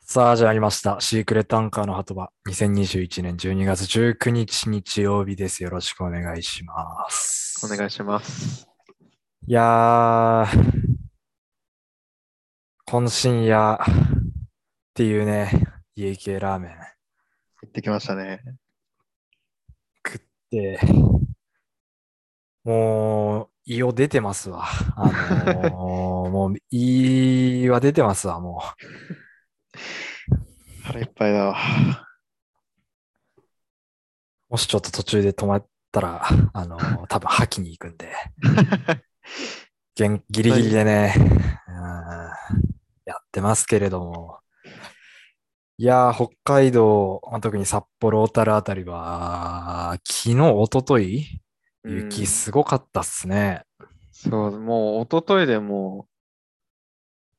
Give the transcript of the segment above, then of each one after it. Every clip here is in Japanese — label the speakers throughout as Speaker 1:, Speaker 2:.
Speaker 1: さあ、じゃあありました。シークレットアンカーの鳩場、2021年12月19日日曜日です。よろしくお願いします。
Speaker 2: お願いします。
Speaker 1: いやー、今深夜っていうね、家系ラーメン
Speaker 2: 行ってきましたね。
Speaker 1: 食って、もう胃を出てますわ。あ のーもう胃は出てますわ、も
Speaker 2: 腹いっぱいだわ。
Speaker 1: う。もしちょっと途中で止まったら、あのー多分吐きに行くんで、げんギリギリでね、うんやってますけれども。いやー、北海道、まあ特に札幌、小樽あたりは、昨日、一昨日雪
Speaker 2: うん
Speaker 1: すごかったっすね。
Speaker 2: そう、もう一昨日でも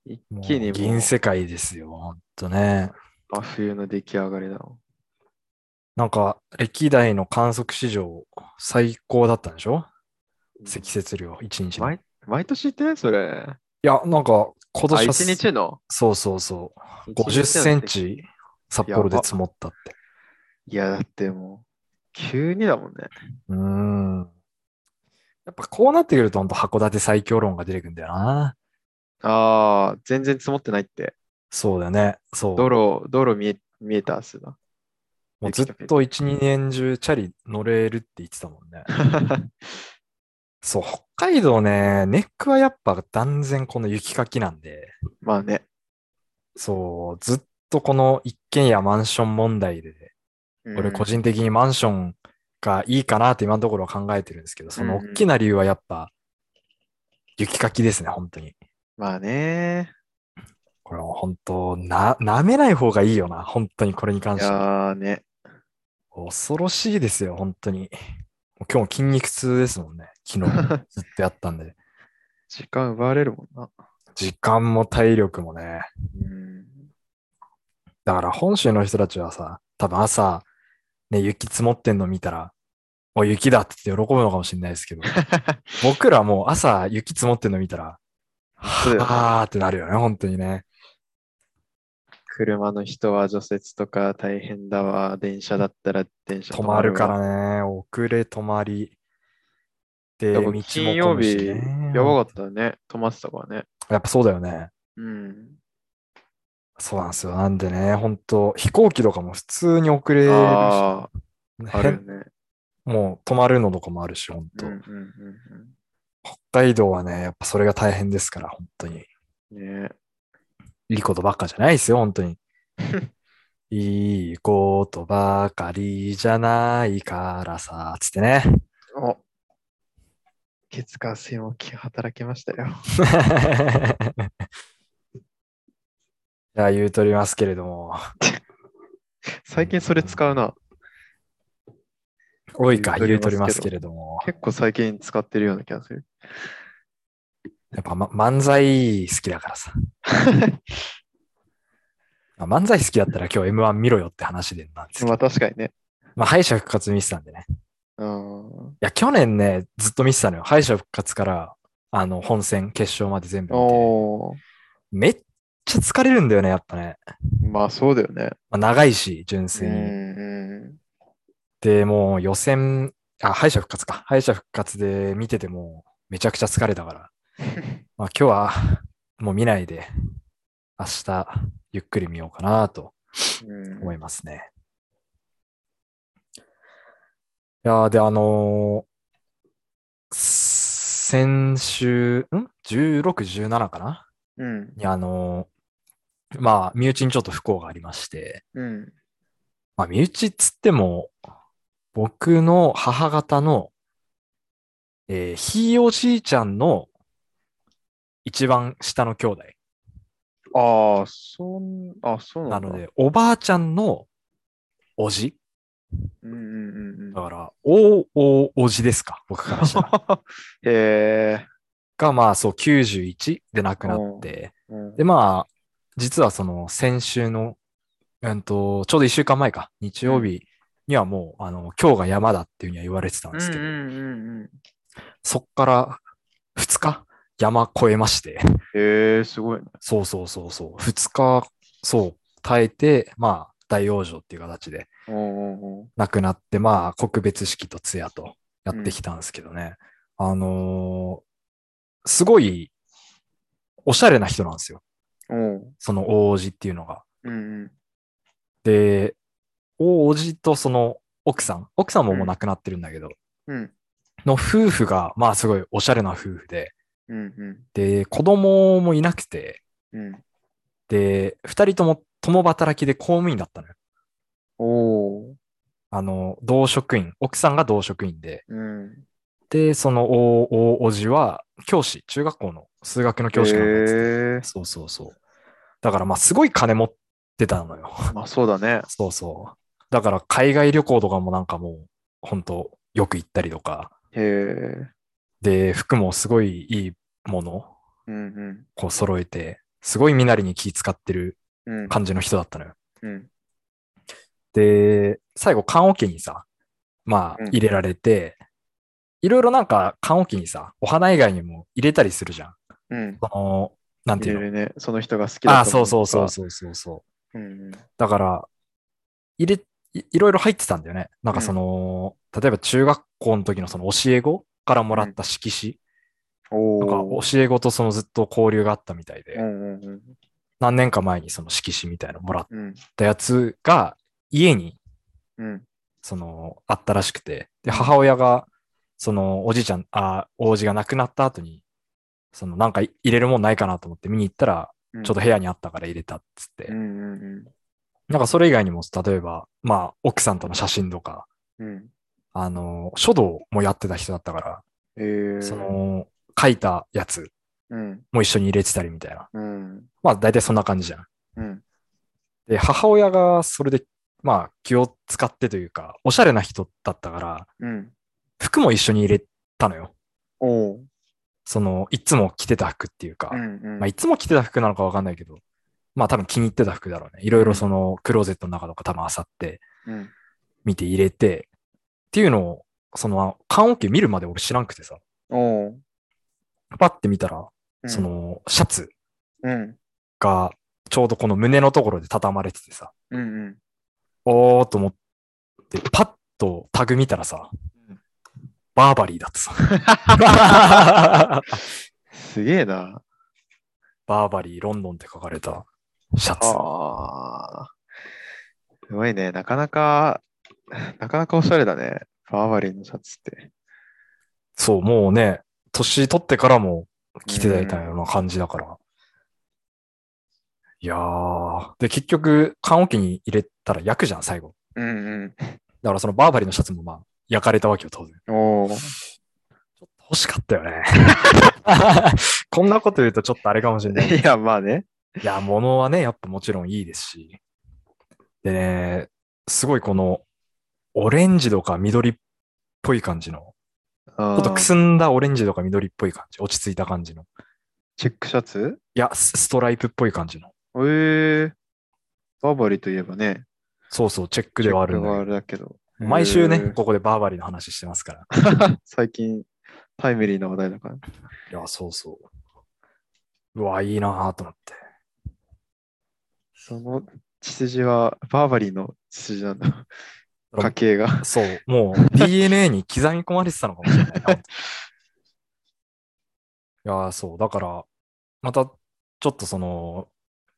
Speaker 2: う、一
Speaker 1: もう
Speaker 2: 気にもう
Speaker 1: 銀世界ですよ、ほんとね。
Speaker 2: 真冬の出来上がりだも
Speaker 1: なんか、歴代の観測史上最高だったんでしょ
Speaker 2: ん。
Speaker 1: 積雪量、1日の。い
Speaker 2: 毎毎年言ってないそれ。あ、
Speaker 1: や、なんか、今年は
Speaker 2: 一日の
Speaker 1: そうそうそう、50
Speaker 2: 1
Speaker 1: セン
Speaker 2: の
Speaker 1: チ札幌で積もったって。
Speaker 2: いや、だってもう、急にだもんね。
Speaker 1: うーん。やっぱこうなってくると、ほんと函館最強論が出てくるんだよな。
Speaker 2: ああ、全然積もってないって。
Speaker 1: そうだよね。そう。
Speaker 2: 道路、道路見え見えたっすな。
Speaker 1: もうずっと1、2年中チャリ乗れるって言ってたもんね。そう、北海道ね、ネックはやっぱ断然この雪かきなんで、
Speaker 2: まあね。
Speaker 1: そう、ずっとこの一軒家マンション問題で、
Speaker 2: うん
Speaker 1: 俺個人的にマンションがいいかなって今のところは考えてるんですけど、その大きな理由はやっぱ雪かきですね、本当に。
Speaker 2: まあね。
Speaker 1: これも本当、な、舐めない方がいいよな。本当にこれに関
Speaker 2: い
Speaker 1: しては。
Speaker 2: やーね。
Speaker 1: 恐ろしいですよ、本当に。もう今日も筋肉痛ですもんね。昨 日ずっとやったんで。
Speaker 2: 時間奪われるもんな。
Speaker 1: 時間も体力もね。
Speaker 2: うん。
Speaker 1: だから本州の人たちはさ、多分朝、ね、雪積もってんの見たら、おい雪だって言って喜ぶのかもしれないです けど、僕らもう朝雪積もってんの見たら、
Speaker 2: そうだよね
Speaker 1: はーってなるよね、本当にね。
Speaker 2: 車の人は除雪とか大変だわ。電車だったら電車
Speaker 1: 止まるか
Speaker 2: わ。
Speaker 1: らね、遅れ止まり。で、
Speaker 2: だ
Speaker 1: 道
Speaker 2: か
Speaker 1: も
Speaker 2: ら金
Speaker 1: 混
Speaker 2: 曜
Speaker 1: むし
Speaker 2: 日、
Speaker 1: ね
Speaker 2: やばかったね。止まってたからね。
Speaker 1: やっぱそうだよね。
Speaker 2: うん。
Speaker 1: そうなんですよ。なんでね、本当飛行機とかも普通に遅れるし、
Speaker 2: ああ、あるよ
Speaker 1: 変
Speaker 2: ね。
Speaker 1: もう止まるのとかもあるし、本
Speaker 2: う
Speaker 1: 当、
Speaker 2: んうん
Speaker 1: 北海道はね、やっぱそれが大変ですから、本当に。
Speaker 2: うんうん。 ね
Speaker 1: いいことばっかじゃないですよ、本当に。いいことばかりじゃないからさ、つって ね。
Speaker 2: お月火水も働きましたよ。
Speaker 1: いや、言うとりますけれども。
Speaker 2: 最近それ使うな。
Speaker 1: 多いか、言
Speaker 2: 言
Speaker 1: う
Speaker 2: う
Speaker 1: と
Speaker 2: と
Speaker 1: り
Speaker 2: り
Speaker 1: ま
Speaker 2: ますす
Speaker 1: け
Speaker 2: け
Speaker 1: れども。
Speaker 2: 結構最近使ってるような気が する。
Speaker 1: やっぱ、ま、漫才好きだからさ。まあ漫才好きだったら今日 M1 見ろよって話でなんですけ
Speaker 2: ま
Speaker 1: ど。
Speaker 2: あ確かにね。
Speaker 1: まあ、敗者復活見てたんでね。い
Speaker 2: うん。
Speaker 1: や、去年ね、ずっと見てたのよ。敗者復活から、あの、本戦、決勝まで全部見て。
Speaker 2: おー。
Speaker 1: めっちゃ疲れるんだよね、やっぱね。
Speaker 2: まあそうだよね。
Speaker 1: まあ、長いし、純
Speaker 2: う
Speaker 1: 粋
Speaker 2: ん
Speaker 1: に。
Speaker 2: う
Speaker 1: で、もう予選、あ、敗者復活か。敗者復活で見てても、めちゃくちゃ疲れたから。まあ今日は、もう見ないで、明日、ゆっくり見ようかなと
Speaker 2: んうん。
Speaker 1: 思いますね。いやーで、あのー先週、ん ?16、17かな
Speaker 2: うん。
Speaker 1: に、あのーまあ、身内にちょっと不幸がありまして、
Speaker 2: うん。
Speaker 1: まあ、身内っつっても、僕の母方の、えーひいおじいちゃんの一番下の兄弟。
Speaker 2: ああ、そん、あ、そう
Speaker 1: な
Speaker 2: な
Speaker 1: ん
Speaker 2: だ。
Speaker 1: ので、おばあちゃんのおじ。
Speaker 2: うんうんうんう
Speaker 1: だ
Speaker 2: ん。
Speaker 1: から、おおおじですか、僕から したら。
Speaker 2: へえ。
Speaker 1: が、まあ、そう、91で亡くなって。
Speaker 2: うん
Speaker 1: で、まあ、実はその、先週の、うんと、ちょうど1週間前か、日曜日にはもう、あの、今日が山だっていうには言われてたん
Speaker 2: う
Speaker 1: で
Speaker 2: ん
Speaker 1: すけ
Speaker 2: う
Speaker 1: ど、
Speaker 2: んうんうん。
Speaker 1: そっから2日山越えまして、
Speaker 2: えー、すごいね。
Speaker 1: そうそうそうそう、2日、そう、耐えて、まあ、大往生っていう形で
Speaker 2: おーおーおー
Speaker 1: 亡くなって、まあ、告別式と通夜とやってきたんですけどね。あのーすごい、おしゃれな人なんですよ。
Speaker 2: おー
Speaker 1: その王子っていうのが。
Speaker 2: うんうん。
Speaker 1: で、王子とその奥さん、奥さんももう亡くなってるんだけど、
Speaker 2: うん。
Speaker 1: の夫婦が、まあすごいおしゃれな夫婦で、
Speaker 2: うん。
Speaker 1: で、子供もいなくて、
Speaker 2: うん。うん。
Speaker 1: で、二人とも共働きで公務員だったのよ。
Speaker 2: おー。
Speaker 1: あの、同職員、奥さんが同職員で、
Speaker 2: うん。
Speaker 1: で、そのおおおじは教師、中学校の数学の教師なんです、
Speaker 2: え
Speaker 1: そうそうそう。だからまあすごい金持ってたのよ。
Speaker 2: ー、まあそうだね。
Speaker 1: そうそう。だから海外旅行とかもなんかもう、本当よく行ったりとか、
Speaker 2: へえ。
Speaker 1: で、服もすごいいいもの、
Speaker 2: うん
Speaker 1: こう揃えて、すごい身なりに気使ってる
Speaker 2: うん。うん。
Speaker 1: 感じの人だったのよ。
Speaker 2: うん。
Speaker 1: で、最後、缶桶にさ、まあ
Speaker 2: うん、
Speaker 1: 入れられて、いろいろなんか、缶桶にさ、お花以外にも入れたりするじゃん。
Speaker 2: うん。
Speaker 1: その、なんて
Speaker 2: 入
Speaker 1: い
Speaker 2: れ
Speaker 1: うの
Speaker 2: るね。その人が好き
Speaker 1: あ
Speaker 2: だ
Speaker 1: あ、
Speaker 2: と
Speaker 1: そ
Speaker 2: 思
Speaker 1: うそうそ
Speaker 2: 人が
Speaker 1: う。そうそうそう。
Speaker 2: うん
Speaker 1: だから、入れ、いいろいろ入ってたんだよね。なんかその、例えば中学校の時のその教え子からもらった色紙、
Speaker 2: うん。
Speaker 1: なんか
Speaker 2: おー。
Speaker 1: 教え子とそのずっと交流があったみたいで、
Speaker 2: うんうん
Speaker 1: 何年か前にその色紙みたいなのもらっ
Speaker 2: うん。
Speaker 1: たやつが家に
Speaker 2: うん。
Speaker 1: そのあったらしくて、で、母親がそのおじいちゃん、あ、王子が亡くなった後に、そのなんか入れるもんないかなと思って見に行ったら、
Speaker 2: うん。
Speaker 1: ちょっと部屋にあったから入れたっつって、
Speaker 2: うんうん
Speaker 1: なんかそれ以外にも、例えば、まあ、奥さんとの写真とか、
Speaker 2: うん。うん。
Speaker 1: あの、書道もやってた人だったから、
Speaker 2: えー、
Speaker 1: そ、の、書いたやつ
Speaker 2: うん。
Speaker 1: も一緒に入れてたりみたいな。
Speaker 2: うん。
Speaker 1: まあ、大体そんな感じじゃん。
Speaker 2: うん。
Speaker 1: で、母親がそれで、まあ、気を使ってというか、おしゃれな人だったから、
Speaker 2: うん。
Speaker 1: 服も一緒に入れたのよ。
Speaker 2: おー。
Speaker 1: その、いつも着てた服っていうか、
Speaker 2: うんうん。
Speaker 1: まあ、いつも着てた服なのかわかんないけど、まあ、多分気に入ってた服だろうね。いろいろその、クローゼットの中とか多分あさって、
Speaker 2: うん。
Speaker 1: 見て入れて、っていうのを、その、缶オケ見るまで俺知らんくてさ、
Speaker 2: おー。
Speaker 1: パッて見たら、
Speaker 2: うん
Speaker 1: そ、の、シャツ、
Speaker 2: うん。
Speaker 1: がちょうどこの胸のところで畳まれててさ、
Speaker 2: うんうん。
Speaker 1: おーっと思って、パッとタグ見たらさ
Speaker 2: うん、
Speaker 1: バーバリーだっ てさ。
Speaker 2: すげえな。
Speaker 1: バーバリー、ロンドンって書かれたシャツ。
Speaker 2: ああ。すごいね。なかなか、なかなかおしゃれだね。バーバリーのシャツって。
Speaker 1: そう、もうね、年取ってからも着てたみたい
Speaker 2: うん
Speaker 1: な感じだから。いやー。で、結局、缶桶に入れたら焼くじゃん、最後。
Speaker 2: うん
Speaker 1: だからそのバーバリーのシャツもまあ、焼かれたわけよ、当然。
Speaker 2: うん。おお。
Speaker 1: ちょっと欲しかったよ ね。こんなこと言うとちょっとあれかもしれない。
Speaker 2: いや、まあね。
Speaker 1: いや、物はね、やっぱもちろんいいですし。でね、すごいこの、オレンジとか緑っぽい感じの、
Speaker 2: ち
Speaker 1: ちょっとくすんだオレンジとか緑っぽい感じ、落ち着いた感じの。
Speaker 2: チェックシャツ
Speaker 1: いや、スストライプっぽい感じの。
Speaker 2: えー。バーバリーといえばね。
Speaker 1: そうそう、チェックではあるん
Speaker 2: チェ
Speaker 1: だ
Speaker 2: ック
Speaker 1: け
Speaker 2: はあ
Speaker 1: ど
Speaker 2: れだけど。
Speaker 1: 毎週
Speaker 2: へ
Speaker 1: ね、
Speaker 2: ー
Speaker 1: ここでバーバリーの話してますから。
Speaker 2: 最近、タイムリーな話題だから。
Speaker 1: いや、そうそう。うわ、いいなぁと思って。
Speaker 2: その血筋は、バーバリーの血筋なんだ。
Speaker 1: うん
Speaker 2: 家系が。
Speaker 1: そう、も う DNA に刻み込まれてたのかもしれないな。いやー、そう、だから、またちょっとその、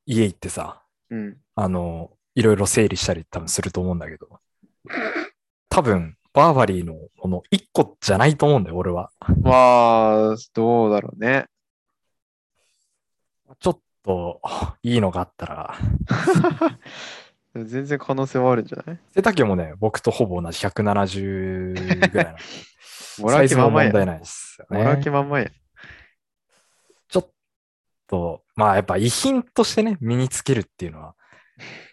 Speaker 1: 家行ってさ、
Speaker 2: うん。
Speaker 1: あの、いろいろ整理したり多分すると思うんだけど、多分、バーバリーのもの1個じゃないと思うんだよ、俺は。
Speaker 2: まあ、どうだろうね。
Speaker 1: ちょっと、いいのがあったら、
Speaker 2: でも全然可能性はあるんじゃない
Speaker 1: 背丈もね、僕とほぼ同じ170ぐらいなの。
Speaker 2: も
Speaker 1: サ
Speaker 2: らう
Speaker 1: イ
Speaker 2: 気
Speaker 1: ズ
Speaker 2: ま
Speaker 1: も
Speaker 2: んま
Speaker 1: 問
Speaker 2: や。
Speaker 1: 題ないですよ
Speaker 2: もらう
Speaker 1: ね
Speaker 2: 気。まんまや。
Speaker 1: ちょっと、まあやっぱ遺品としてね、身につけるっていうのは、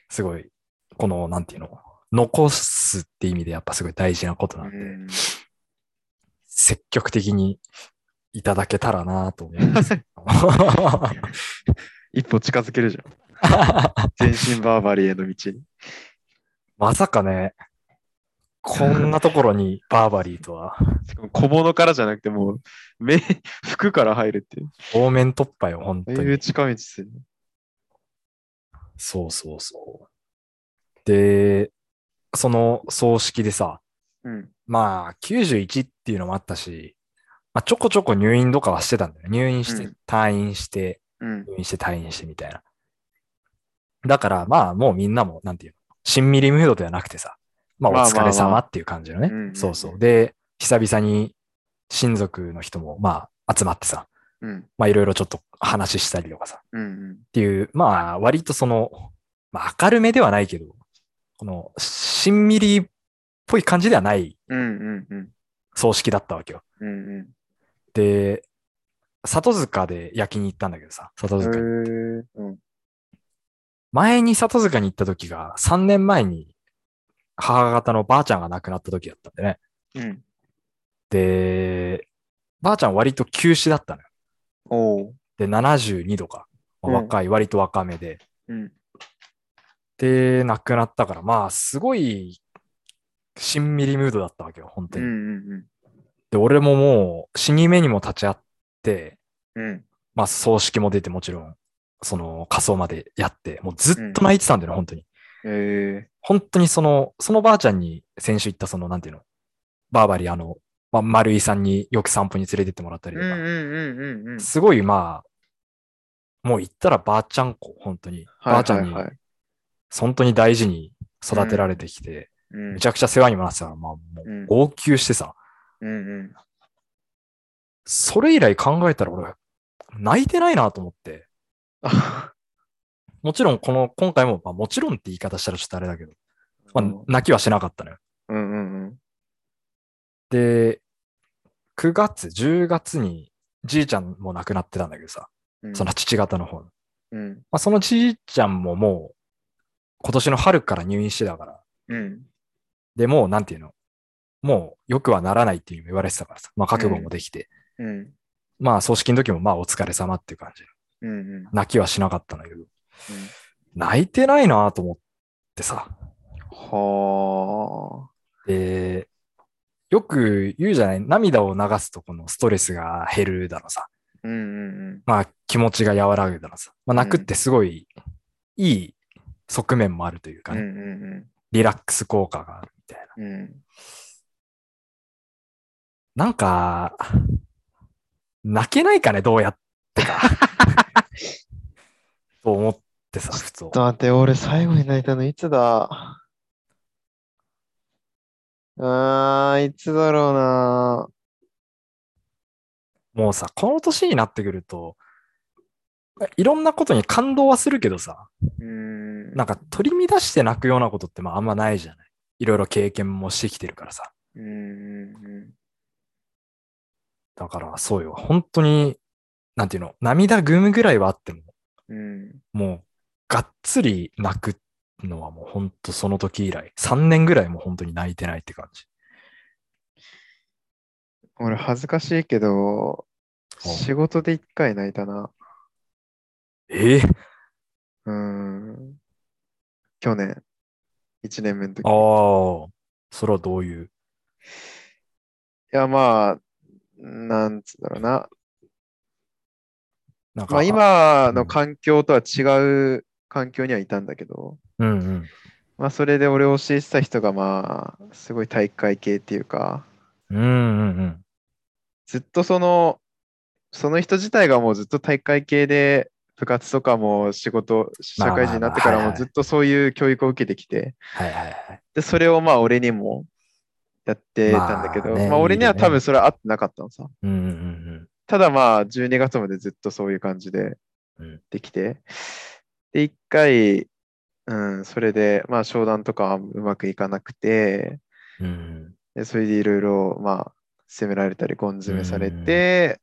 Speaker 1: すごい、この、なんていうの、残すって意味でやっぱすごい大事なことなんで、
Speaker 2: うん
Speaker 1: 積極的にいただけたらなと思います けど。
Speaker 2: 一歩近づけるじゃん。全身バーバリーへの道に。
Speaker 1: まさかね、こんなところにバーバリーとは。
Speaker 2: しかも小物からじゃなくて、もう、目、 服から入るっていう。
Speaker 1: 方面突破よ、本当
Speaker 2: だいぶ
Speaker 1: に。
Speaker 2: 近道する。
Speaker 1: そうそうそう。で、その葬式でさ、
Speaker 2: うん。
Speaker 1: まあ、91っていうのもあったし、まあ、ちょこちょこ入院とかはしてたんだよ。入院し
Speaker 2: う
Speaker 1: て
Speaker 2: ん、
Speaker 1: 退院して、
Speaker 2: うん。
Speaker 1: 入院して、退院してみたいな。だから、まあ、もうみんなも、なんていうの、しんみりムードではなくてさ、まあ、お
Speaker 2: まあまあまあ
Speaker 1: 疲れ様っていう感じのね。
Speaker 2: うんうんうん
Speaker 1: そうそう。で、久々に親族の人も、まあ、集まってさ、
Speaker 2: うん。
Speaker 1: まあ、いろいろちょっと話したりとかさ、
Speaker 2: うん。うん
Speaker 1: っていう、まあ、割とその、まあ、明るめではないけど、この、しんみりっぽい感じではない
Speaker 2: うん。うん。うん。
Speaker 1: 葬式だったわけよ。
Speaker 2: うん。うん
Speaker 1: で、里塚で焼きに行ったんだけどさ、里塚に。
Speaker 2: へーうん。
Speaker 1: 前に里塚に行った時が、3年前に母方のばあちゃんが亡くなった時だったんでね。
Speaker 2: うん。
Speaker 1: で、ばあちゃん割と急死だったのよ。
Speaker 2: おう。
Speaker 1: で、72度か。まあ
Speaker 2: うん
Speaker 1: 若い、割と若めで。
Speaker 2: うん。
Speaker 1: で、亡くなったから、まあ、すごい、しんみりムードだったわけよ、本当
Speaker 2: うん。
Speaker 1: に。
Speaker 2: うん。
Speaker 1: で、俺ももう、死に目にも立ち会って、
Speaker 2: うん。
Speaker 1: まあ、葬式も出て、もちろん、その、仮装までやって、もうずっと泣いてたんだよね、本当に。
Speaker 2: え
Speaker 1: 本当にその、そのばあちゃんに先週行った、その、なんていうの、バーバリー、あの、まあ、丸井さんによく散歩に連れてってもらった
Speaker 2: ー。
Speaker 1: り
Speaker 2: う
Speaker 1: と
Speaker 2: ん。
Speaker 1: か、
Speaker 2: うん。うん。うん。
Speaker 1: すごい、まあ、もう行ったらばあちゃん子、本当に。ばあちゃんに
Speaker 2: はいはい、はい。
Speaker 1: 本当に大事に育てられてきて、
Speaker 2: うん。
Speaker 1: めちゃくちゃ世話にもなってたから、まあ、もう
Speaker 2: うん、
Speaker 1: 号泣してさ、
Speaker 2: うん。うん。
Speaker 1: それ以来考えたら俺、泣いてないなと思って、
Speaker 2: あ
Speaker 1: もちろんこの、今回も、まあ、もちろんって言い方したらちょっとあれだけど、ま
Speaker 2: うん
Speaker 1: あ、泣きはしなかったのよ。
Speaker 2: うんうんうん。
Speaker 1: で、9月、10月に、じいちゃんも亡くなってたんだけどさ、
Speaker 2: うん
Speaker 1: その父方の方の。ま
Speaker 2: うん。
Speaker 1: あ、そのじいちゃんももう、今年の春から入院してたから、
Speaker 2: うん。
Speaker 1: でもう、なんていうの、もう良くはならないっていうのも言われてたからさ、まあ、覚悟もできて、
Speaker 2: うん。
Speaker 1: まあ、葬式の時も、まあ、お疲れ様っていう感じ。
Speaker 2: うん。うん。
Speaker 1: 泣きはしなかったんだけど、泣いてないなと思ってさ。
Speaker 2: は
Speaker 1: で、よく言うじゃない涙を流すとこのストレスが減るだろさ。
Speaker 2: あ。うんうんうん。
Speaker 1: まあ気持ちが和らぐだろさ。まあ泣くってすごいいい側面もあるというか
Speaker 2: うん
Speaker 1: ね、
Speaker 2: うん
Speaker 1: リラックス効果があるみたい
Speaker 2: うん。うん。
Speaker 1: な。なんか、泣けないかねどうやってか。 と思ってさ、ふと
Speaker 2: ちょっ。と待って、俺最後に泣いたのいつだあー、いつだろうな。
Speaker 1: もうさ、この年になってくると、いろんなことに感動はするけどさ、
Speaker 2: うーん。
Speaker 1: なんか取り乱して泣くようなことってまああんまないじゃない。いろいろ経験もしてきてるからさ。
Speaker 2: うーん。
Speaker 1: だからそうよ。本当に、なんていうの、涙ぐむぐらいはあっても、
Speaker 2: うん。
Speaker 1: もうがっつり泣くのはもう本当その時以来、3年ぐらいもう本当に泣いてないって感じ。
Speaker 2: 俺恥ずかしいけど、
Speaker 1: お
Speaker 2: 仕事で一回泣いたな。
Speaker 1: ええ
Speaker 2: うーん。去年、一年目の時。
Speaker 1: ああ、それはどういう。
Speaker 2: いや、まあ、なんつうんだろうな。
Speaker 1: なんか、
Speaker 2: まあ、、今の環境とは違う環境にはいたんだけど、
Speaker 1: うんうん。
Speaker 2: まあ、それで俺を教えてた人が、まあ、すごい体育会系っていうか、
Speaker 1: うんうんうん。
Speaker 2: ずっとその、その人自体がもうずっと体育会系で、部活とかも仕事、社会人になってか
Speaker 1: まあ
Speaker 2: ら
Speaker 1: まあまあはいは
Speaker 2: も
Speaker 1: い
Speaker 2: ずっとそういう教育を受けてきて、
Speaker 1: はいはいはい。
Speaker 2: で、それをまあ俺にもやってたんだけ
Speaker 1: ま
Speaker 2: ど、ま
Speaker 1: あ
Speaker 2: あ
Speaker 1: ね
Speaker 2: 俺に
Speaker 1: いい
Speaker 2: は
Speaker 1: ね
Speaker 2: 多分それは合ってなかったのさ。
Speaker 1: うんうんうん
Speaker 2: ただまあ12月までずっとそういう感じで
Speaker 1: うん
Speaker 2: できて、で、一回、うん、それでまあ商談とかはうまくいかなくて、
Speaker 1: うん。うん
Speaker 2: でそれでいろいろまあ責められたり、ゴン詰めされて、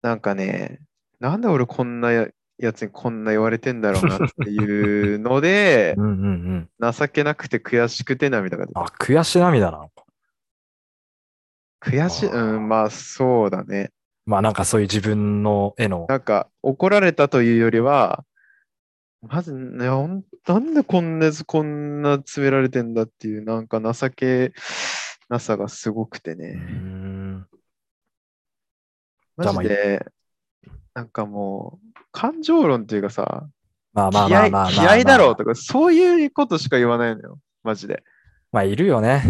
Speaker 2: なんかね、なんで俺こんなややつにこんな言われてんだろうなっていう ので
Speaker 1: う、んうんうん。
Speaker 2: 情けなくて悔しくて涙が出た
Speaker 1: あ、悔し涙なのか。
Speaker 2: 悔しい、
Speaker 1: あー
Speaker 2: うん、まあそうだね。
Speaker 1: まあなんかそういう自分の絵の、
Speaker 2: なんか怒られたというよりは、まず、ね、ほんなんでこんなやつこんな詰められてんだっていう、なんか情けなさがすごくてね。
Speaker 1: うーん。
Speaker 2: マジで、なんかもう、感情論っていうかさ、
Speaker 1: まあまあ
Speaker 2: 気
Speaker 1: まあ
Speaker 2: 合
Speaker 1: まあまあまあ。
Speaker 2: 気合だろうとか、そういうことしか言わないのよ、マジで。
Speaker 1: まあ、いるよね。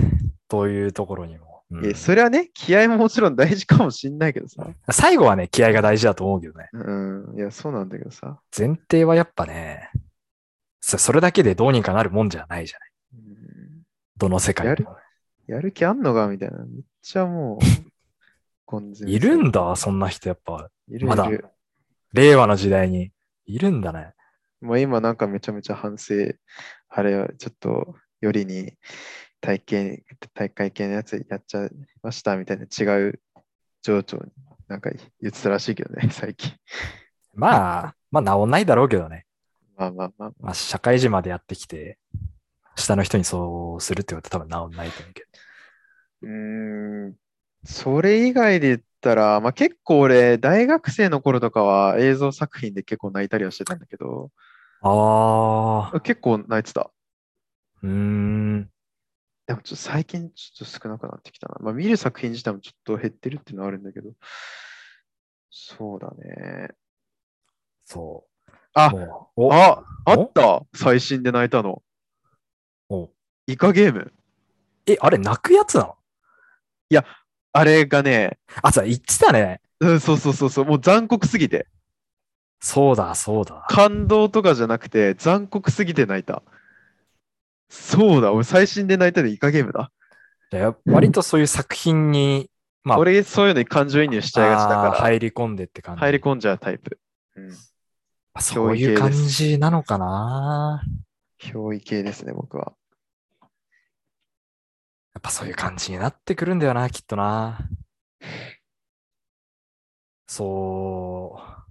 Speaker 1: どういうところにも。うん
Speaker 2: いやそれはね、気合ももちろん大事かもしんないけどさ。
Speaker 1: 最後はね、気合が大事だと思うけどね。
Speaker 2: うん、いや、そうなんだけどさ。
Speaker 1: 前提はやっぱね、そそれだけでどうにかなるもんじゃないじゃない。
Speaker 2: うん
Speaker 1: どの世界でも。
Speaker 2: やる気あんのかみたいな。めっちゃもう、ゴンズミ
Speaker 1: いるんだ、そんな人やっぱ。
Speaker 2: いる
Speaker 1: まだ
Speaker 2: いる。
Speaker 1: 令和の時代に。いるんだね。
Speaker 2: もう今なんかめちゃめちゃ反省、あれはちょっとよりに体験、大会系のやつやっちゃいましたみたいな違う情緒になんか言ってたらしいけどね、 最近。
Speaker 1: ま あ、まあ治んないだろうけどね。
Speaker 2: まあまあまあ、
Speaker 1: まあ社会人までやってきて、下の人にそうするってことは多分治んないと思うけど。
Speaker 2: うーん、それ以外で言ったら、まあ、結構俺、大学生の頃とかは映像作品で結構泣いたりはしてたんだけど、
Speaker 1: ああ、
Speaker 2: 結構泣いてた。
Speaker 1: うーん。
Speaker 2: でもちょっと最近ちょっと少なくなってきたな。まあ、見る作品自体もちょっと減ってるっていうのはあるんだけど、そうだね。
Speaker 1: そ
Speaker 2: あ
Speaker 1: う。、もうお
Speaker 2: あ、あった最新で泣いたの。
Speaker 1: お
Speaker 2: イカゲーム。
Speaker 1: え、あれ泣くやつなの
Speaker 2: あれがね、
Speaker 1: あ、さ、言ってたね。
Speaker 2: うん、そうそうそうそう、もう残酷すぎて。
Speaker 1: そうだ、そうだ。
Speaker 2: 感動とかじゃなくて、残酷すぎて泣いた。そうだ、俺最新で泣いたでイカゲームだ。
Speaker 1: いや割とそういう作品に、まあ、
Speaker 2: 俺、そういうのに感情移入しちゃいがちだ
Speaker 1: あー
Speaker 2: から、
Speaker 1: 入り込んでって感じ。
Speaker 2: 入り込んじゃうタイプ。うん。
Speaker 1: あそういう感じなのかな
Speaker 2: 憑依系ですね、僕は。
Speaker 1: やっぱそういう感じになってくるんだよな、きっとな。そう。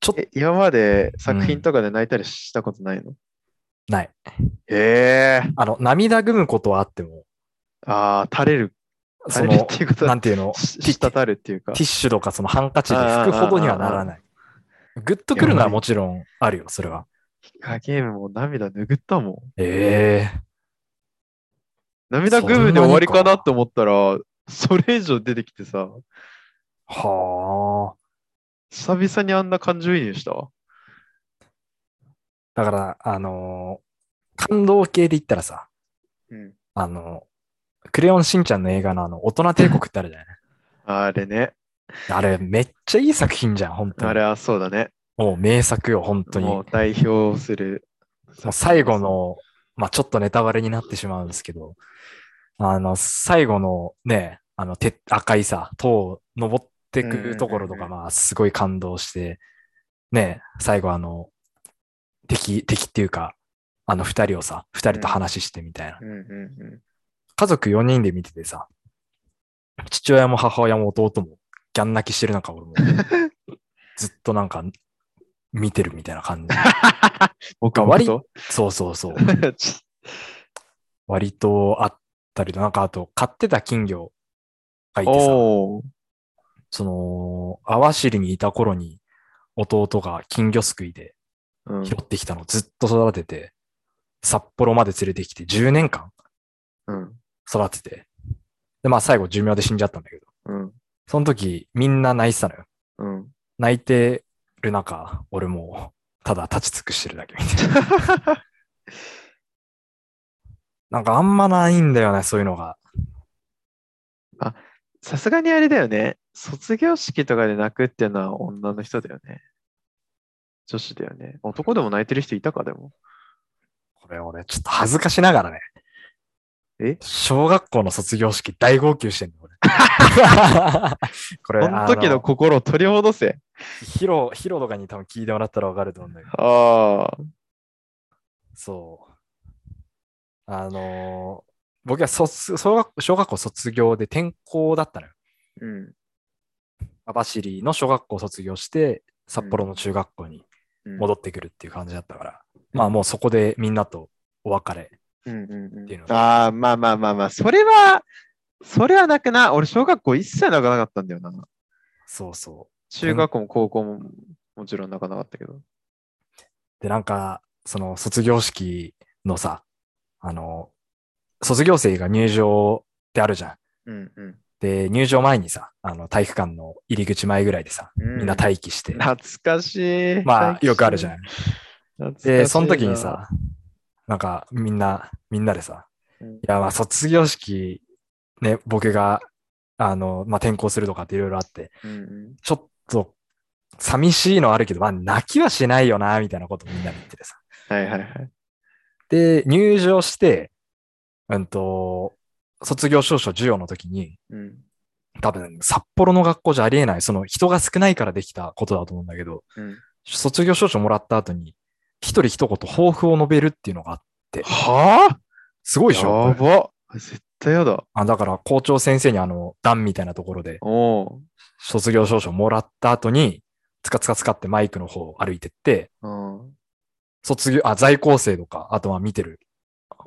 Speaker 1: ちょっ
Speaker 2: え、今まで作品とかで泣いたりしたことないの、
Speaker 1: とない。
Speaker 2: へえ
Speaker 1: あの、涙ぐむことはあっても、
Speaker 2: ああ、垂れる。
Speaker 1: そ
Speaker 2: 垂れるっ
Speaker 1: の
Speaker 2: て、いうこと
Speaker 1: な
Speaker 2: は、
Speaker 1: んていうの、
Speaker 2: し
Speaker 1: ティ
Speaker 2: 滴るっていうか
Speaker 1: ティ。ッシュとかそのハンカチで拭くほどにはならない。グッとくるのはもちろんあるよ、それは。
Speaker 2: イカゲームも涙拭ったもん。
Speaker 1: ええ
Speaker 2: 涙ぐむで終わりかなって思ったら、それ以上出てきてさ、
Speaker 1: はあ。
Speaker 2: 久々にあんな感情移入したわ。
Speaker 1: だから、あのー感動系で言ったらさ、
Speaker 2: うん。
Speaker 1: あのクレヨンしんちゃんの映画のあの、大人帝国ってあるじゃない
Speaker 2: あれね。
Speaker 1: あれ、めっちゃいい作品じゃん、本当
Speaker 2: あ
Speaker 1: に
Speaker 2: れ。はそうだね。
Speaker 1: もう名作よ、本当に。
Speaker 2: も
Speaker 1: も
Speaker 2: う代表する。
Speaker 1: う最後。の、まあちょっとネタバレになってしまうんですけど、あの、最後のね、あの、て赤いさ、塔を登ってくところと
Speaker 2: う
Speaker 1: か、
Speaker 2: んうん
Speaker 1: まあすごい感動して、ね、最後あの、敵、敵っていうか、あの二人をさ、二人と話してみたいな。
Speaker 2: うんうんうん。
Speaker 1: 家族4人で見ててさ、父親も母親も弟もギャン泣きしてる中、 俺もずっとなんか見てるみたいな 感じ。
Speaker 2: 僕は
Speaker 1: 割
Speaker 2: 割と。
Speaker 1: そうそうそう。
Speaker 2: ち
Speaker 1: 割とあったりと、なんかあと買ってた金魚がいてさ、
Speaker 2: おー
Speaker 1: その、網走にいた頃に弟が金魚すくいで
Speaker 2: うん
Speaker 1: 拾ってきたのをずっと育てて、札幌まで連れてきて10年間
Speaker 2: うん。
Speaker 1: 育てて、で、まあ最後寿命で死んじゃったんだけど、
Speaker 2: うん。
Speaker 1: その時みんな泣いてたのよ。
Speaker 2: うん。
Speaker 1: 泣いてる中、俺もうただ立ち尽くしてるだけみたいな。なんかあんまないんだよね、そういうのが。
Speaker 2: さすがにあれだよね。卒業式とかで泣くっていうのは女の人だよね。女子だよね。男でも泣いてる人いたか、でも。
Speaker 1: これ俺、ちょっと恥ずかしながらね。
Speaker 2: え
Speaker 1: 小学校の卒業式大号泣してんの、俺。 これ、
Speaker 2: その時
Speaker 1: あ
Speaker 2: の心を取り戻せ。
Speaker 1: ヒロ、ヒロとかに多分聞いてもらったらわかると思うん だけど、
Speaker 2: ああ。
Speaker 1: そう。あのー僕は卒小学小学校卒業で転校だったのよ。
Speaker 2: うん。
Speaker 1: 網走の小学校卒業して、札幌の中学校に戻ってくるっていう感じだったから、まあもうそこでみんなとお別れ。
Speaker 2: うんうん
Speaker 1: っていうの
Speaker 2: うん、ああ、まあまあまあまあ、それは、それはなくな、俺、小学校一切泣かなかったんだよな。
Speaker 1: そうそ
Speaker 2: 中学校も高校ももちろん泣かなかったけど。
Speaker 1: う。で、なんか、その卒業式のさ、あの、卒業生が入場ってあるじゃん。
Speaker 2: うんうん。
Speaker 1: で、入場前にさ、あの、体育館の入り口前ぐらいでさ、
Speaker 2: うん
Speaker 1: みんな待機 して、
Speaker 2: 懐かしい。
Speaker 1: まあ、よくあるじゃ
Speaker 2: ん。
Speaker 1: ん。
Speaker 2: 懐かしいな
Speaker 1: で、その時に、さ、なんか、みんな、みんなでさ、
Speaker 2: うん
Speaker 1: いや、まあ、卒業式、ね、僕が、あの、まあ、転校するとかっていろいろあって、
Speaker 2: うんうん
Speaker 1: ちょっと、寂しいのはあるけど、まあ、泣きはしないよな、みたいなことをみんなで言っててさ。
Speaker 2: はいはいはい。
Speaker 1: で、入場して、うんと、卒業証書授与の時に、
Speaker 2: うん
Speaker 1: 多分、札幌の学校じゃありえない、その人が少ないからできたことだと思うんだけど、
Speaker 2: うん
Speaker 1: 卒業証書もらった後に、一人一言抱負を述べるっていうのがあって、
Speaker 2: はあ
Speaker 1: すごいでしょ
Speaker 2: や
Speaker 1: これ
Speaker 2: ば絶対やだ。
Speaker 1: あだから、校長先生にあの、段みたいなところで、
Speaker 2: お
Speaker 1: 卒業証書もらった後に、つかつかつかってマイクの方を歩いてって、
Speaker 2: ううん。
Speaker 1: 卒業、あ、在校生とか、あとは見てる、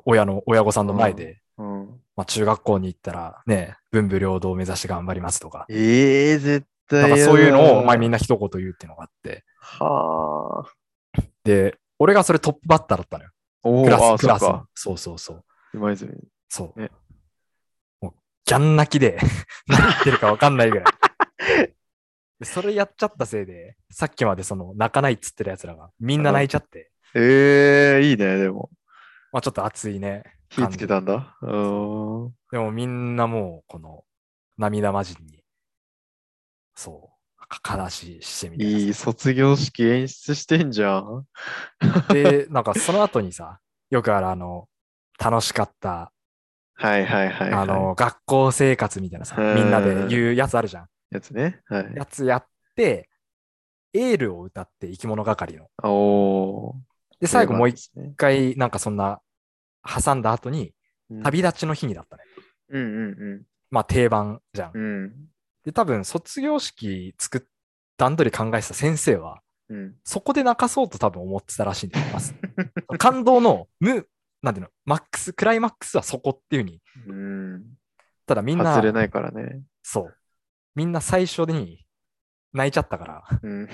Speaker 1: 親の、親御さんの前で、
Speaker 2: うん。
Speaker 1: まあ、中学校に行ったら、ね、文武両道を目指して頑張りますとか、
Speaker 2: ええ絶対
Speaker 1: な
Speaker 2: や
Speaker 1: ん
Speaker 2: だ。
Speaker 1: かそういうのを、まあ、みん
Speaker 2: な。
Speaker 1: な一言言うっていうのがあって、
Speaker 2: はあ。
Speaker 1: で、俺がそれトップバッターだったのよ。
Speaker 2: お
Speaker 1: ク
Speaker 2: ー
Speaker 1: ラ
Speaker 2: あ、
Speaker 1: ス、ク
Speaker 2: そ
Speaker 1: ラ
Speaker 2: う
Speaker 1: スの
Speaker 2: か。。
Speaker 1: そうそうそう。
Speaker 2: 今泉。
Speaker 1: そう
Speaker 2: ね。
Speaker 1: もう、ギャン泣きで、 何言ってるか分かんないぐらい。でそれやっちゃったせいで、さっきまでその、泣かないっつってる奴らが、みんな泣いちゃって、
Speaker 2: ええいいね、でも。
Speaker 1: まあ、ちょっと熱いね。
Speaker 2: 火つけたんだ。うーん。
Speaker 1: でもみんなもう、この、涙混じりに、そう、か悲しいしてみたいなさ
Speaker 2: いい卒業式演出してんじゃん。
Speaker 1: で、なんかその後にさ、よくあるあの、楽しかった、
Speaker 2: はいはいはい、はい。
Speaker 1: あの、学校生活みたいなさ、みんなで言うやつあるじゃん。
Speaker 2: やつね。はい。
Speaker 1: やつやって、エールを歌って生き物係の。
Speaker 2: おー。
Speaker 1: で、最後もう一
Speaker 2: 定番ですね
Speaker 1: 回、なんかそんな、挟んだ後に、
Speaker 2: うん
Speaker 1: 旅立ちの日にだったね。
Speaker 2: うんうん
Speaker 1: まあ定番じゃん
Speaker 2: う。ん。
Speaker 1: で、多分卒業式作っ段取り考えてた先生は、
Speaker 2: うん。うん。
Speaker 1: そこで泣かそうと多分思ってたらしいん です。感動の、む、なんていうの、マックス、クライマックスはそこっていうふうに、
Speaker 2: うん。
Speaker 1: ただみんな、
Speaker 2: 外れないからね。
Speaker 1: そう。みんな最初に泣いちゃったから、
Speaker 2: うん。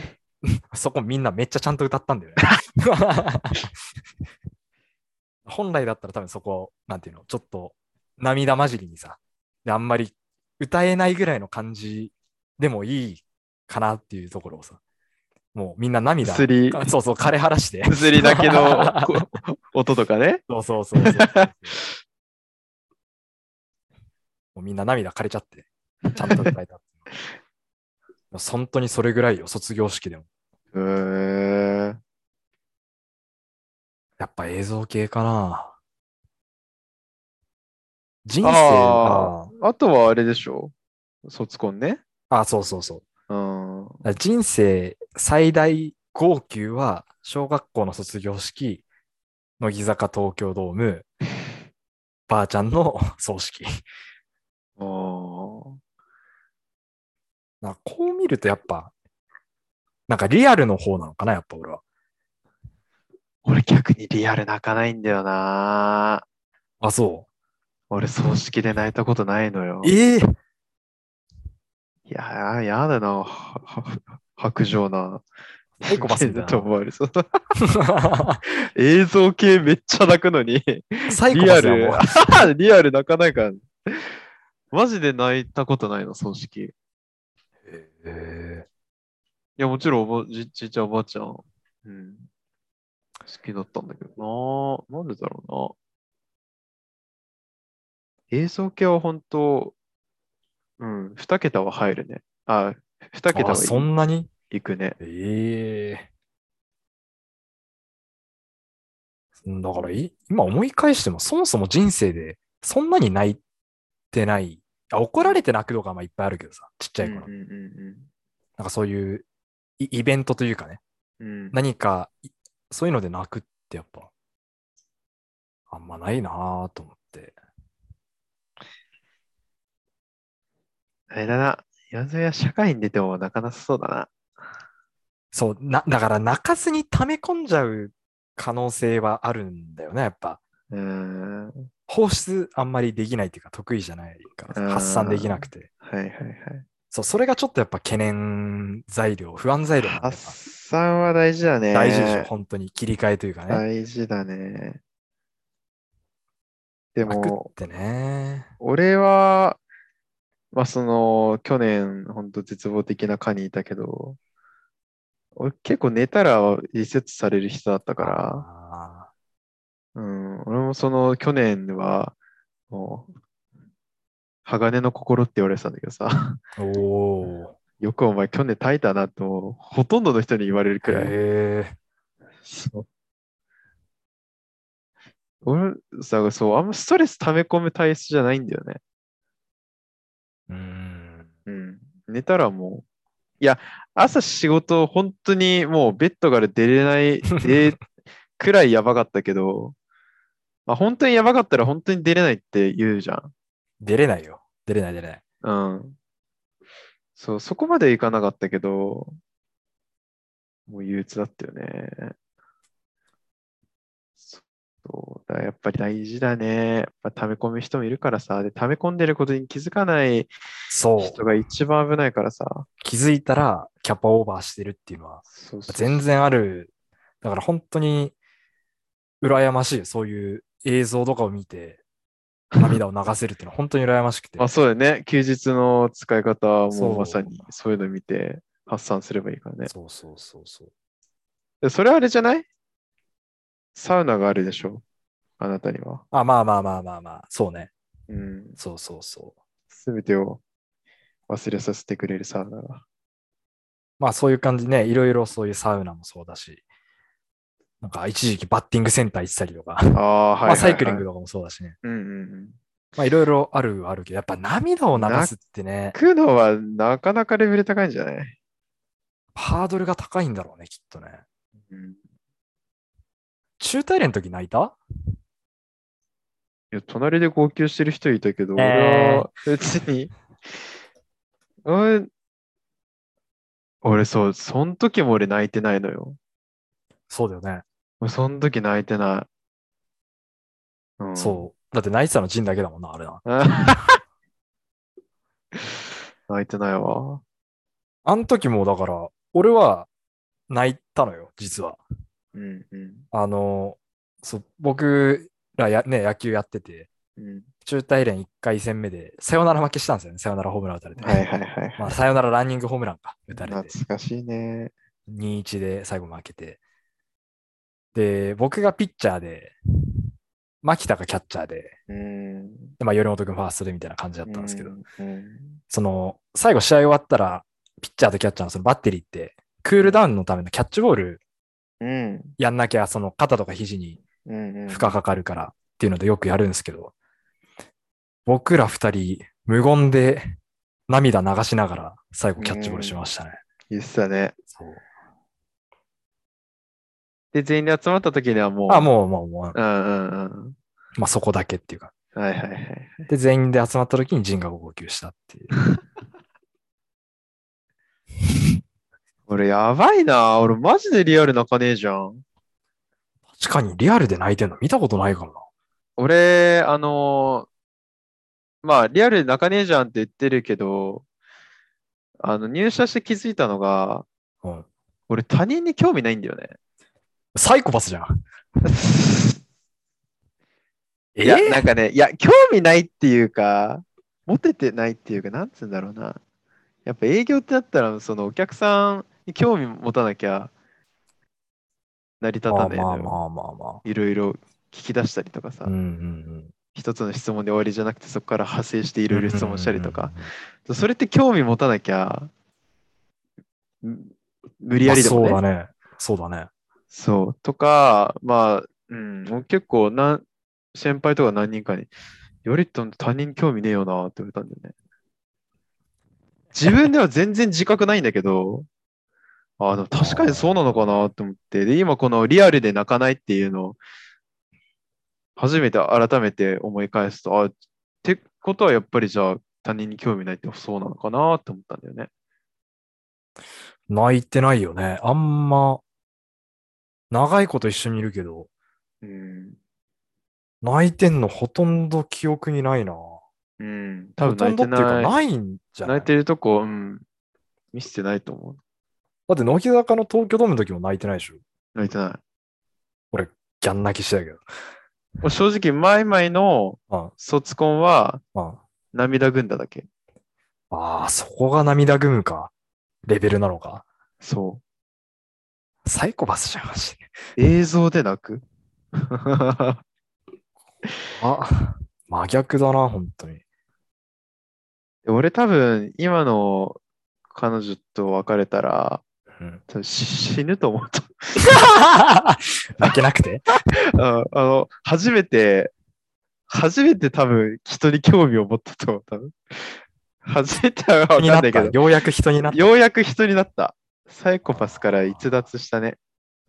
Speaker 1: そこみんなめっちゃちゃんと歌ったんだよね。 本来だったら多分そこ、なんていうの、ちょっと涙混じりにさ、であんまり歌えないぐらいの感じでもいいかなっていうところをさ、もうみんな涙、
Speaker 2: すり
Speaker 1: か そうそう、枯れ晴らして。
Speaker 2: すりだけのこ音とかね。
Speaker 1: そうそうそうそうそう。 もうみんな涙枯れちゃって、ちゃんと歌えたっていう。本当にそれぐらいよ、卒業式でも。
Speaker 2: うーん。
Speaker 1: やっぱ映像系かな。人生
Speaker 2: あ
Speaker 1: あ
Speaker 2: あとはあれでしょ卒コンね。
Speaker 1: あ、そうそうそう。
Speaker 2: うん。
Speaker 1: だから人生最大号泣は、小学校の卒業式、乃木坂東京ドーム、ばあちゃんの葬式。
Speaker 2: あー
Speaker 1: なんかこう見るとやっぱ、なんかリアルの方なのかな、やっぱ俺は。
Speaker 2: 俺逆にリアル泣かないんだよな。
Speaker 1: あ、そ
Speaker 2: 俺葬式で泣いたことないのよ。
Speaker 1: う。ええ
Speaker 2: いやー、やだな。はは白状な。
Speaker 1: サイコパスみたい
Speaker 2: だ
Speaker 1: な
Speaker 2: と思われそう。 映像系めっちゃ泣くのに、
Speaker 1: サイコ
Speaker 2: リ
Speaker 1: パ
Speaker 2: ア
Speaker 1: スやも
Speaker 2: ル
Speaker 1: う。、
Speaker 2: リアル 泣かないから。マジで泣いたことないの、葬式。い
Speaker 1: え
Speaker 2: や、もちろんおばじ、じいちゃん、おばあちゃん、うん、好きだったんだけどな。なんでだろうな。映像系は本当、うん、二桁は入るね。あ、二
Speaker 1: え
Speaker 2: 桁
Speaker 1: あ、
Speaker 2: はい
Speaker 1: そんなに
Speaker 2: いくね。
Speaker 1: ええうんだからい、今思い返しても、そもそも人生で、そんなに泣いてない。あ怒られて泣くとかまあいっぱいあるけどさ、ちっちゃい頃。
Speaker 2: うんうんうん
Speaker 1: なんかそういうイイベントというかね、
Speaker 2: うん。うん
Speaker 1: 何かい、そういうので泣くってやっぱ、あんまないなぁと思って。
Speaker 2: あれだな。山添は社会に出ても泣かなさそうだな。
Speaker 1: そう、な、だから泣かずに溜め込んじゃう可能性はあるんだよね、やっぱ。
Speaker 2: うーん。
Speaker 1: 放出あんまりできないっていうか、得意じゃないから
Speaker 2: うん
Speaker 1: さ、発散できなくて。
Speaker 2: はいはいはい。
Speaker 1: そう、それがちょっとやっぱ懸念材料、不安材料なんだよ
Speaker 2: 発散は大事だね。
Speaker 1: な大事でしょ、本当に。切り替えというかね。
Speaker 2: 大事だね。で
Speaker 1: 泣くっ
Speaker 2: も、
Speaker 1: てね。
Speaker 2: 俺は、まあその、去年、本当絶望的な蚊にいたけど、俺結構寝たらリセットされる人だったか
Speaker 1: あ
Speaker 2: ら、うん、俺もその去年は、もう、鋼の心って言われてたんだけどさ、
Speaker 1: ーお
Speaker 2: よくお前去年耐えたなと、ほとんどの人に言われる
Speaker 1: ー。
Speaker 2: くらい。
Speaker 1: へえ。
Speaker 2: そう俺さ、そう、あんまストレス溜め込む体質じゃないんだよね。
Speaker 1: うーん。
Speaker 2: うん。寝たらもう、いや、朝仕事、本当にもうベッドから出れない、出くらいやばかったけど、まあ、本当にやばかったら本当に出れないって言うじゃ
Speaker 1: 出れないよ。出れない出れない。
Speaker 2: ん。うん。そう、そこまでいかなかったけど、もう憂鬱だったよね。そうだ、やっぱり大事だね。やっぱ溜め込む人もいるからさ、で、溜め込んでることに気づかない
Speaker 1: そう。
Speaker 2: 人が一番危ないからさ。
Speaker 1: 気づいたらキャパオーバーしてるっていうのは
Speaker 2: そうそう
Speaker 1: 全然ある。だから本当に羨ましいよ。そういう映像とかを見 て涙を流せるっていうのは本当に羨ましくて。
Speaker 2: まあそうだよね。休日の使い方は
Speaker 1: そ
Speaker 2: も
Speaker 1: う
Speaker 2: うまさにそういうの見て発散すればいいからね。
Speaker 1: そうそうそうそう。
Speaker 2: でそれあれじゃないサウナがあるでしょあなたには。
Speaker 1: あ、まあまあまあまあまあ。そうね。
Speaker 2: うん。
Speaker 1: そうそうそう。
Speaker 2: すべてを忘れさせてくれるサウナが。
Speaker 1: まあそういう感じね。いろいろそういうサウナもそうだし。なんか一時期バッティングセンター行ってたりとか。
Speaker 2: ああ、はいはい、はい。
Speaker 1: まあサイクリング。とかもそうだしね。
Speaker 2: うんうんうん。
Speaker 1: まあいろいろあるはあるけど、やっぱ涙を流すってね、
Speaker 2: 食うのはなかなかレベル高いんじゃない、
Speaker 1: ハードルが高いんだろうね、きっとね。
Speaker 2: うん、い
Speaker 1: 中大連の時泣いた
Speaker 2: や隣で号泣してる人いたけど、
Speaker 1: えー
Speaker 2: 俺は別に。俺、俺そう、その時も俺泣いてないのよ。
Speaker 1: そうだよね。
Speaker 2: 俺その時泣いてない。うん、
Speaker 1: そう。だって泣いてたの陣だけだもんな、あれな。
Speaker 2: う。 泣いてないわ。
Speaker 1: あの時もだから、俺は泣いたのよ、実は。
Speaker 2: うんうん
Speaker 1: あの、そう僕らや、ね、野球やってて、
Speaker 2: うん。
Speaker 1: 中大連1回戦目で、サヨナラ負けしたんですよね、サヨナラホームラン打たれて。
Speaker 2: はいはいはい。
Speaker 1: まあ、サヨナラランニングホームランか、打たれ
Speaker 2: 懐
Speaker 1: て。
Speaker 2: かしいね。
Speaker 1: 2-1で最後負けて。で、僕がピッチャーで、牧田がキャッチャーで、
Speaker 2: うん。
Speaker 1: でまあ、頼本君ファーストでみたいな感じだったんですけど、
Speaker 2: うん。うん
Speaker 1: その、最後試合終わったら、ピッチャーとキャッチャーのそのバッテリーって、クールダウンのためのキャッチボール
Speaker 2: うん。
Speaker 1: やんなきゃ、その肩とか肘に
Speaker 2: うんうん
Speaker 1: 負荷かかるからっていうのでよくやるんですけど、僕ら二人、無言で涙流しながら最後キャッチボールしましたね。
Speaker 2: 言ってたね。
Speaker 1: そう
Speaker 2: で、全員で集まった時にはもう。
Speaker 1: あ、もう、もう、もう
Speaker 2: う。うんうんうん。
Speaker 1: まあそこだけっていうか。
Speaker 2: はいはいはい。
Speaker 1: で、全員で集まった時にジンが号泣したって いう。
Speaker 2: 俺やばいな。俺マジでリアル泣かねえじゃん。
Speaker 1: 確かにリアルで泣いてるの見たことないかもな。
Speaker 2: 俺、あのーまあ、リアルで泣かねえじゃんって言ってるけど、あの、入社して気づいたのが、
Speaker 1: うん
Speaker 2: 俺他人に興味ないんだよね。
Speaker 1: サイコパスじゃん。え
Speaker 2: いや、なんかね、いや、興味ないっていうか、モテてないっていうか、なんつうんだろうな。やっぱ営業ってなったら、そのお客さんに興味持たなきゃ、成り立
Speaker 1: ま
Speaker 2: た
Speaker 1: あ
Speaker 2: ねえのよ
Speaker 1: まあまあまあま
Speaker 2: いろいろ聞き出したりとかさ、
Speaker 1: あ。うんうん
Speaker 2: 一つの質問で終わりじゃなくて、そこから派生してい
Speaker 1: い
Speaker 2: ろいろ質問したりとか、。それって興味持たなきゃ、ん無理やりでもね。
Speaker 1: まあそうだね。そうだね。
Speaker 2: そう。とか、まあ、うん、もう結構なん、先輩とか何人かに、よりと他人興味ねえよなって言われたんだよね。自分では全然自覚ないんだけど、 あでも確かにそうなのかなと思って、で、今このリアルで泣かないっていうのを、初めて改めて思い返すと、あ、ってことはやっぱりじゃあ他人に興味ないってそうなのかなって思ったんだよね。
Speaker 1: 泣いてないよね。あんま、長いこと一緒にいるけど、
Speaker 2: うん。
Speaker 1: 泣いてんのほとんど記憶にないな。
Speaker 2: うん。多分
Speaker 1: ほと
Speaker 2: 泣
Speaker 1: ん
Speaker 2: い
Speaker 1: どっ
Speaker 2: て
Speaker 1: ていうか、
Speaker 2: ない。
Speaker 1: ないんじゃない
Speaker 2: 泣いてるとこ、うん、見せてないと思う。
Speaker 1: だって、乃木坂の東京ドームの時も泣いてないでしょ。
Speaker 2: 泣いてない。
Speaker 1: ギャン泣きしてたけど。
Speaker 2: もう正直、マイマイの
Speaker 1: あ
Speaker 2: 卒コンは
Speaker 1: あ
Speaker 2: 涙ぐんだだけ。
Speaker 1: ああ、そこが涙ぐむか、レベルなのか。
Speaker 2: そ
Speaker 1: サイコパスじゃん、マジで。
Speaker 2: う。映像で泣く
Speaker 1: あ、真逆だな、本当に。
Speaker 2: 俺多分、今の彼女と別れたら、
Speaker 1: うん、
Speaker 2: 多分し死ぬと思った。
Speaker 1: 泣けなくて
Speaker 2: ああの、初めて、初めて多分人に興味を持ったと思う、多分。初めてはわか
Speaker 1: 人
Speaker 2: ん
Speaker 1: にな
Speaker 2: な
Speaker 1: っ
Speaker 2: い
Speaker 1: た。
Speaker 2: けど、
Speaker 1: ようやく人になった。
Speaker 2: ようやく人になった。サイコパスから逸脱したね。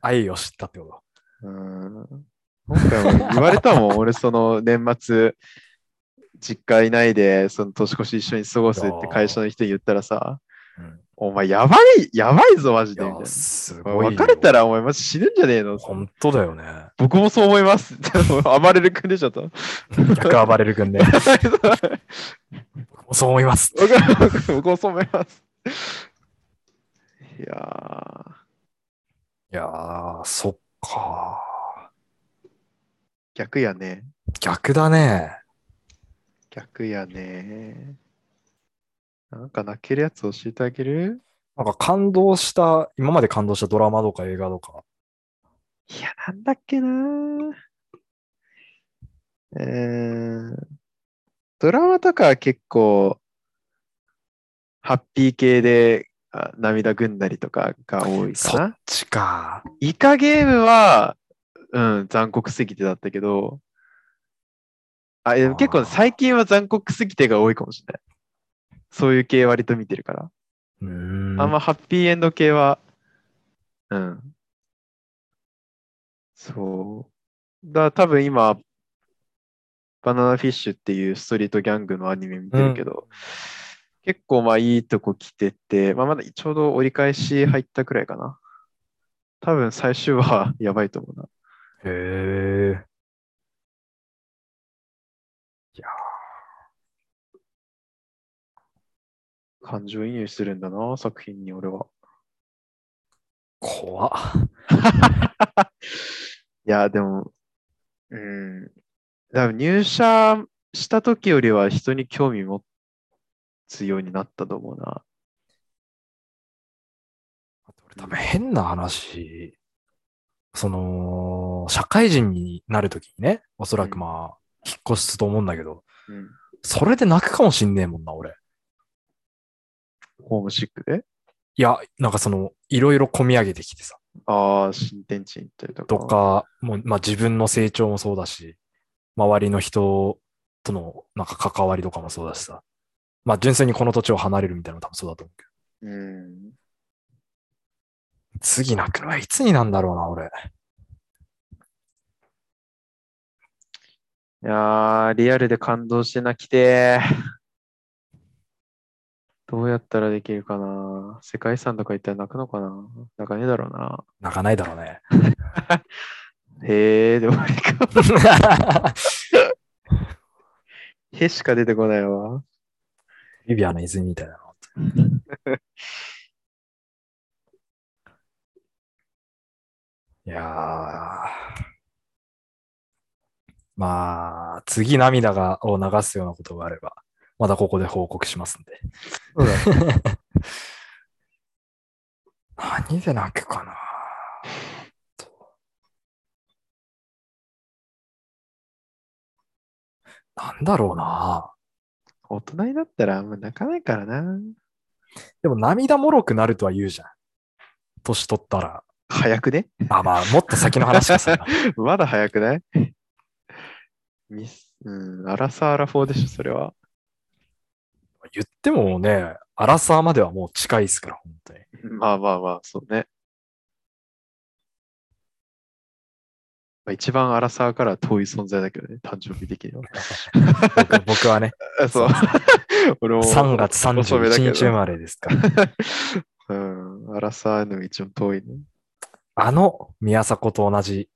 Speaker 1: 愛を知ったってこ
Speaker 2: うーん。今回も言われたもん、俺その年末、実家いないで、その年越し一緒に過ごすって会社の人に言ったらさ、
Speaker 1: と。うん
Speaker 2: お前やばい、やばいぞ、マジで。みたい
Speaker 1: いや、
Speaker 2: な
Speaker 1: す
Speaker 2: お
Speaker 1: ごい
Speaker 2: 前
Speaker 1: よ。
Speaker 2: 別れたらお前マジ死ぬんじゃねえの
Speaker 1: 本当だよね。
Speaker 2: 僕もそう思います。 暴れる君でしょと。
Speaker 1: 逆暴れる君で。僕もそう思います。
Speaker 2: 僕は僕もそう思います。いや
Speaker 1: い
Speaker 2: ー、
Speaker 1: やー、そっか
Speaker 2: 逆やね。
Speaker 1: ー。逆だね。
Speaker 2: 逆やね。なんか泣けるやつ教えてあげる
Speaker 1: なんか感動した、今まで感動したドラマとか映画とか。
Speaker 2: いや、なんだっけなー。えー、ドラマとかは結構、ハッピー系であ涙ぐんだりとかが多いか
Speaker 1: そ
Speaker 2: な
Speaker 1: っ。ちか。
Speaker 2: イカゲームは、うん、残酷すぎてだったけど、あ、えでも結
Speaker 1: あ
Speaker 2: 構
Speaker 1: ー
Speaker 2: 最近は残酷すぎてが多いかもしれない。そういう系割と見てるから。
Speaker 1: うーん。
Speaker 2: あんまハッピーエンド系は、うん。そう。だ多分今、バナナフィッシュっていうストリートギャングのアニメ見てるけど、結構まあいいとこ来てて、まあ、まだちょうど折り返し入ったくらいかな。多分最終話やばいと思うな。
Speaker 1: へえ。
Speaker 2: 感情移入するんだな、作品に俺は。
Speaker 1: 怖っ。
Speaker 2: いや、でも、うん。多分入社した時よりは人に興味持つようになったと思うな。
Speaker 1: 俺多分変な話、その、社会人になるときにね、おそらくまあ、引っ越すと思うんだけど、
Speaker 2: うん。
Speaker 1: それで泣くかもしんねえもんな、俺。
Speaker 2: ホームシックで
Speaker 1: いや、なんかその、いろいろ込み上げてきてさ、
Speaker 2: ああ、新天地に行ったりとか。
Speaker 1: とか、もう、まあ自分の成長もそうだし、周りの人との、なんか関わりとかもそうだしさ、まあ純粋にこの土地を離れるみたいなの多分そうだと思うけど、
Speaker 2: うん。
Speaker 1: 次泣くのはいつになんだろうな、俺。
Speaker 2: いやー、リアルで感動して泣きてー。どうやったらできるかな世界遺産とか行ったら泣くのかな泣かねえだろうな。
Speaker 1: 泣かないだろうね。
Speaker 2: へえ、でもあれか。へしか出てこないわ。
Speaker 1: リビアの泉みたいなの。いやー。まあ、次涙がを流すようなことがあれば、またここで報告しますんで。
Speaker 2: そうだね。
Speaker 1: 何で泣くかなとなんだろうな
Speaker 2: 大人になったらあんま泣かないからな。
Speaker 1: でも涙もろくなるとは言うじゃん。年取ったら。
Speaker 2: 早くね
Speaker 1: あ、まあ、もっと先の話か さ。
Speaker 2: まだ早くない ミス、うん、アラサーアラフォーで しょ、それは。
Speaker 1: 言ってもね、アラサーまではもう近いですから、本当に。
Speaker 2: まあまあまあ、そうね。まあ、一番アラサーからは遠い存在だけどね、誕生日的に は。
Speaker 1: 僕僕 はね、
Speaker 2: あそう。俺も。
Speaker 1: 3月
Speaker 2: 遅めだけど
Speaker 1: 31日生まれですから。
Speaker 2: うん、アラサーの一番遠いね。
Speaker 1: あの、宮迫と同じ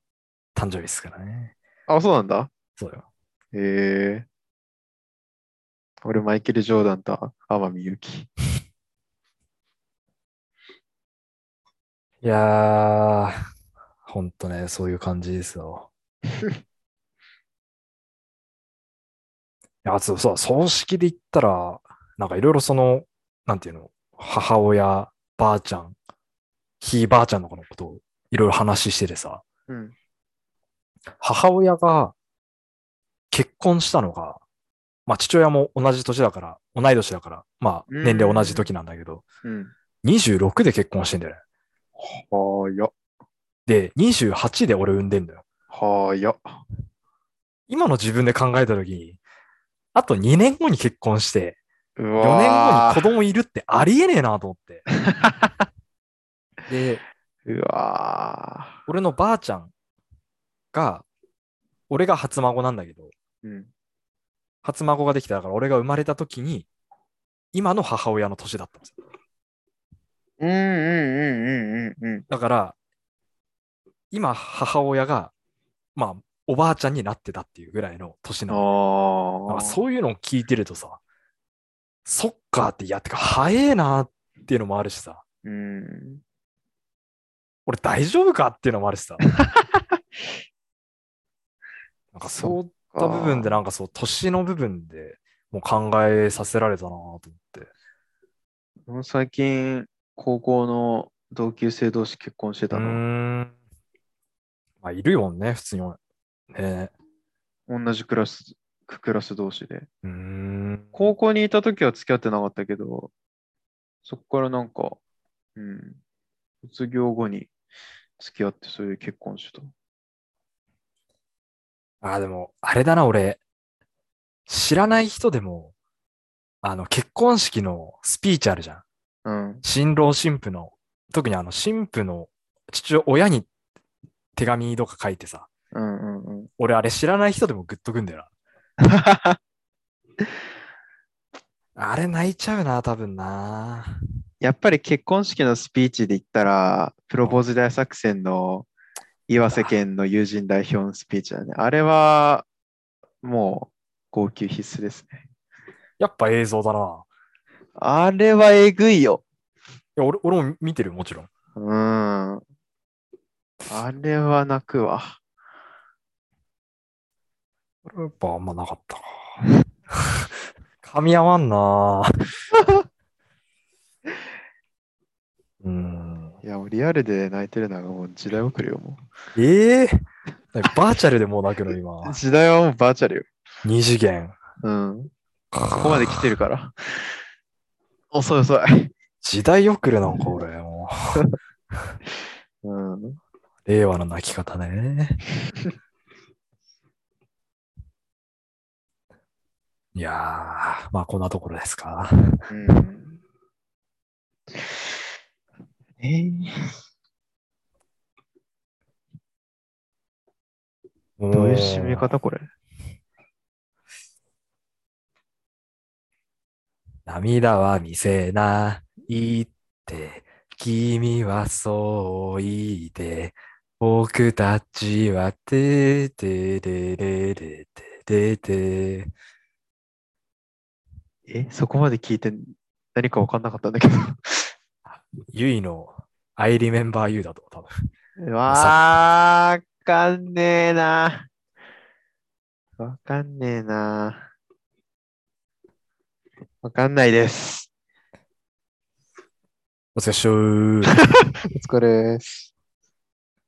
Speaker 1: 誕生日ですからね。
Speaker 2: あ、そうなんだ。
Speaker 1: そうよ。
Speaker 2: へえ俺、マイケル・ジョーダンと天海祐希。
Speaker 1: いやー、ほんとね、そういう感じです よ。いや、そうそう、葬式で言ったら、なんかいろいろその、なんていうの、母親、ばあちゃん、ひいばあちゃんの子のことをいろいろ話しててさ、
Speaker 2: うん。
Speaker 1: 母親が結婚したのが、まあ父親も同じ年だから、同い年だから、まあ
Speaker 2: うん
Speaker 1: 年齢同じ時なんだけど、
Speaker 2: うん。
Speaker 1: 26で結婚してんだよね。
Speaker 2: はーや。
Speaker 1: で、28で俺産んでんだよ。
Speaker 2: はーや。
Speaker 1: 今の自分で考えた時に、あと2年後に結婚して、
Speaker 2: う
Speaker 1: 4年後
Speaker 2: わ
Speaker 1: に子供いるってありえねえなと思 って。で、
Speaker 2: ーうわ
Speaker 1: 俺のばあちゃんが、俺が初孫なんだけど、
Speaker 2: ーうん。
Speaker 1: 初孫ができただから俺が生まれた時に、今の母親の年だったんですよ。
Speaker 2: うんうんうんうんうんうん。
Speaker 1: だから、今母親が、まあ、おばあちゃんになってたっていうぐらいの年なの。なんか
Speaker 2: ああ。
Speaker 1: そういうのを聞いてるとさ、そっかって、いや、てか、早えなっていうのもあるしさ、
Speaker 2: うん。
Speaker 1: 俺大丈夫かっていうのもあるし さ。なんかそういった部分で、なんかそう、年の部分でもう考えさせられたなと思って。
Speaker 2: あー最近、高校の同級生同士結婚して
Speaker 1: うー
Speaker 2: たの。
Speaker 1: ん。まあ、いるよね、普通に。ね
Speaker 2: 同じクラス、クラス同士で。
Speaker 1: うーん。
Speaker 2: 高校にいた時は付き合ってなかったけど、そこからなんか、うん、卒業後に付き合ってそういう結婚してた。
Speaker 1: あ、でも、あれだな、俺、知らない人でも、あの、結婚式のスピーチあるじゃん。
Speaker 2: うん。
Speaker 1: 新郎新婦の、特にあの、新婦の父親に手紙とか書いてさ、
Speaker 2: うんうんうん。
Speaker 1: 俺あれ知らない人でもグッとくんだよな。あれ泣いちゃうな、多分な。
Speaker 2: やっぱり結婚式のスピーチで言ったら、プロポーズ大作戦の岩瀬県の友人代表のスピーチだね。あれは、もう、号泣必須ですね。
Speaker 1: やっぱ映像だな。
Speaker 2: あれはえぐいよ。
Speaker 1: いや俺俺も見てるよ、もちろん。
Speaker 2: うん。あれは泣くわ。
Speaker 1: 俺もやっぱあんまなかったか。噛み合わんな。 うん。
Speaker 2: いや、もうリアルで泣いてるのがもう時代遅れよ、も
Speaker 1: ええバーチャルでもう泣くの、今
Speaker 2: う。。時代はもうバーチャルよ。
Speaker 1: 二次元。
Speaker 2: うん。こ
Speaker 1: こ
Speaker 2: こまで来てるから。 遅い遅い。
Speaker 1: 時代遅れなんか俺、もう。
Speaker 2: うん。
Speaker 1: 令和の泣き方ね。 いやー、まあこんなところですか。
Speaker 2: うん。えーどういう締め
Speaker 1: もう
Speaker 2: 方これ
Speaker 1: 涙は見せないって、君はそう言って、僕たちはててれれれててて。
Speaker 2: え、そこまで聞いて何か分かんなかったんだけ ど。
Speaker 1: ゆいの I remember you だと、多分。
Speaker 2: わーかんねえな。わかんねえな。わかんないです。
Speaker 1: お疲れっしょー。
Speaker 2: お疲れです。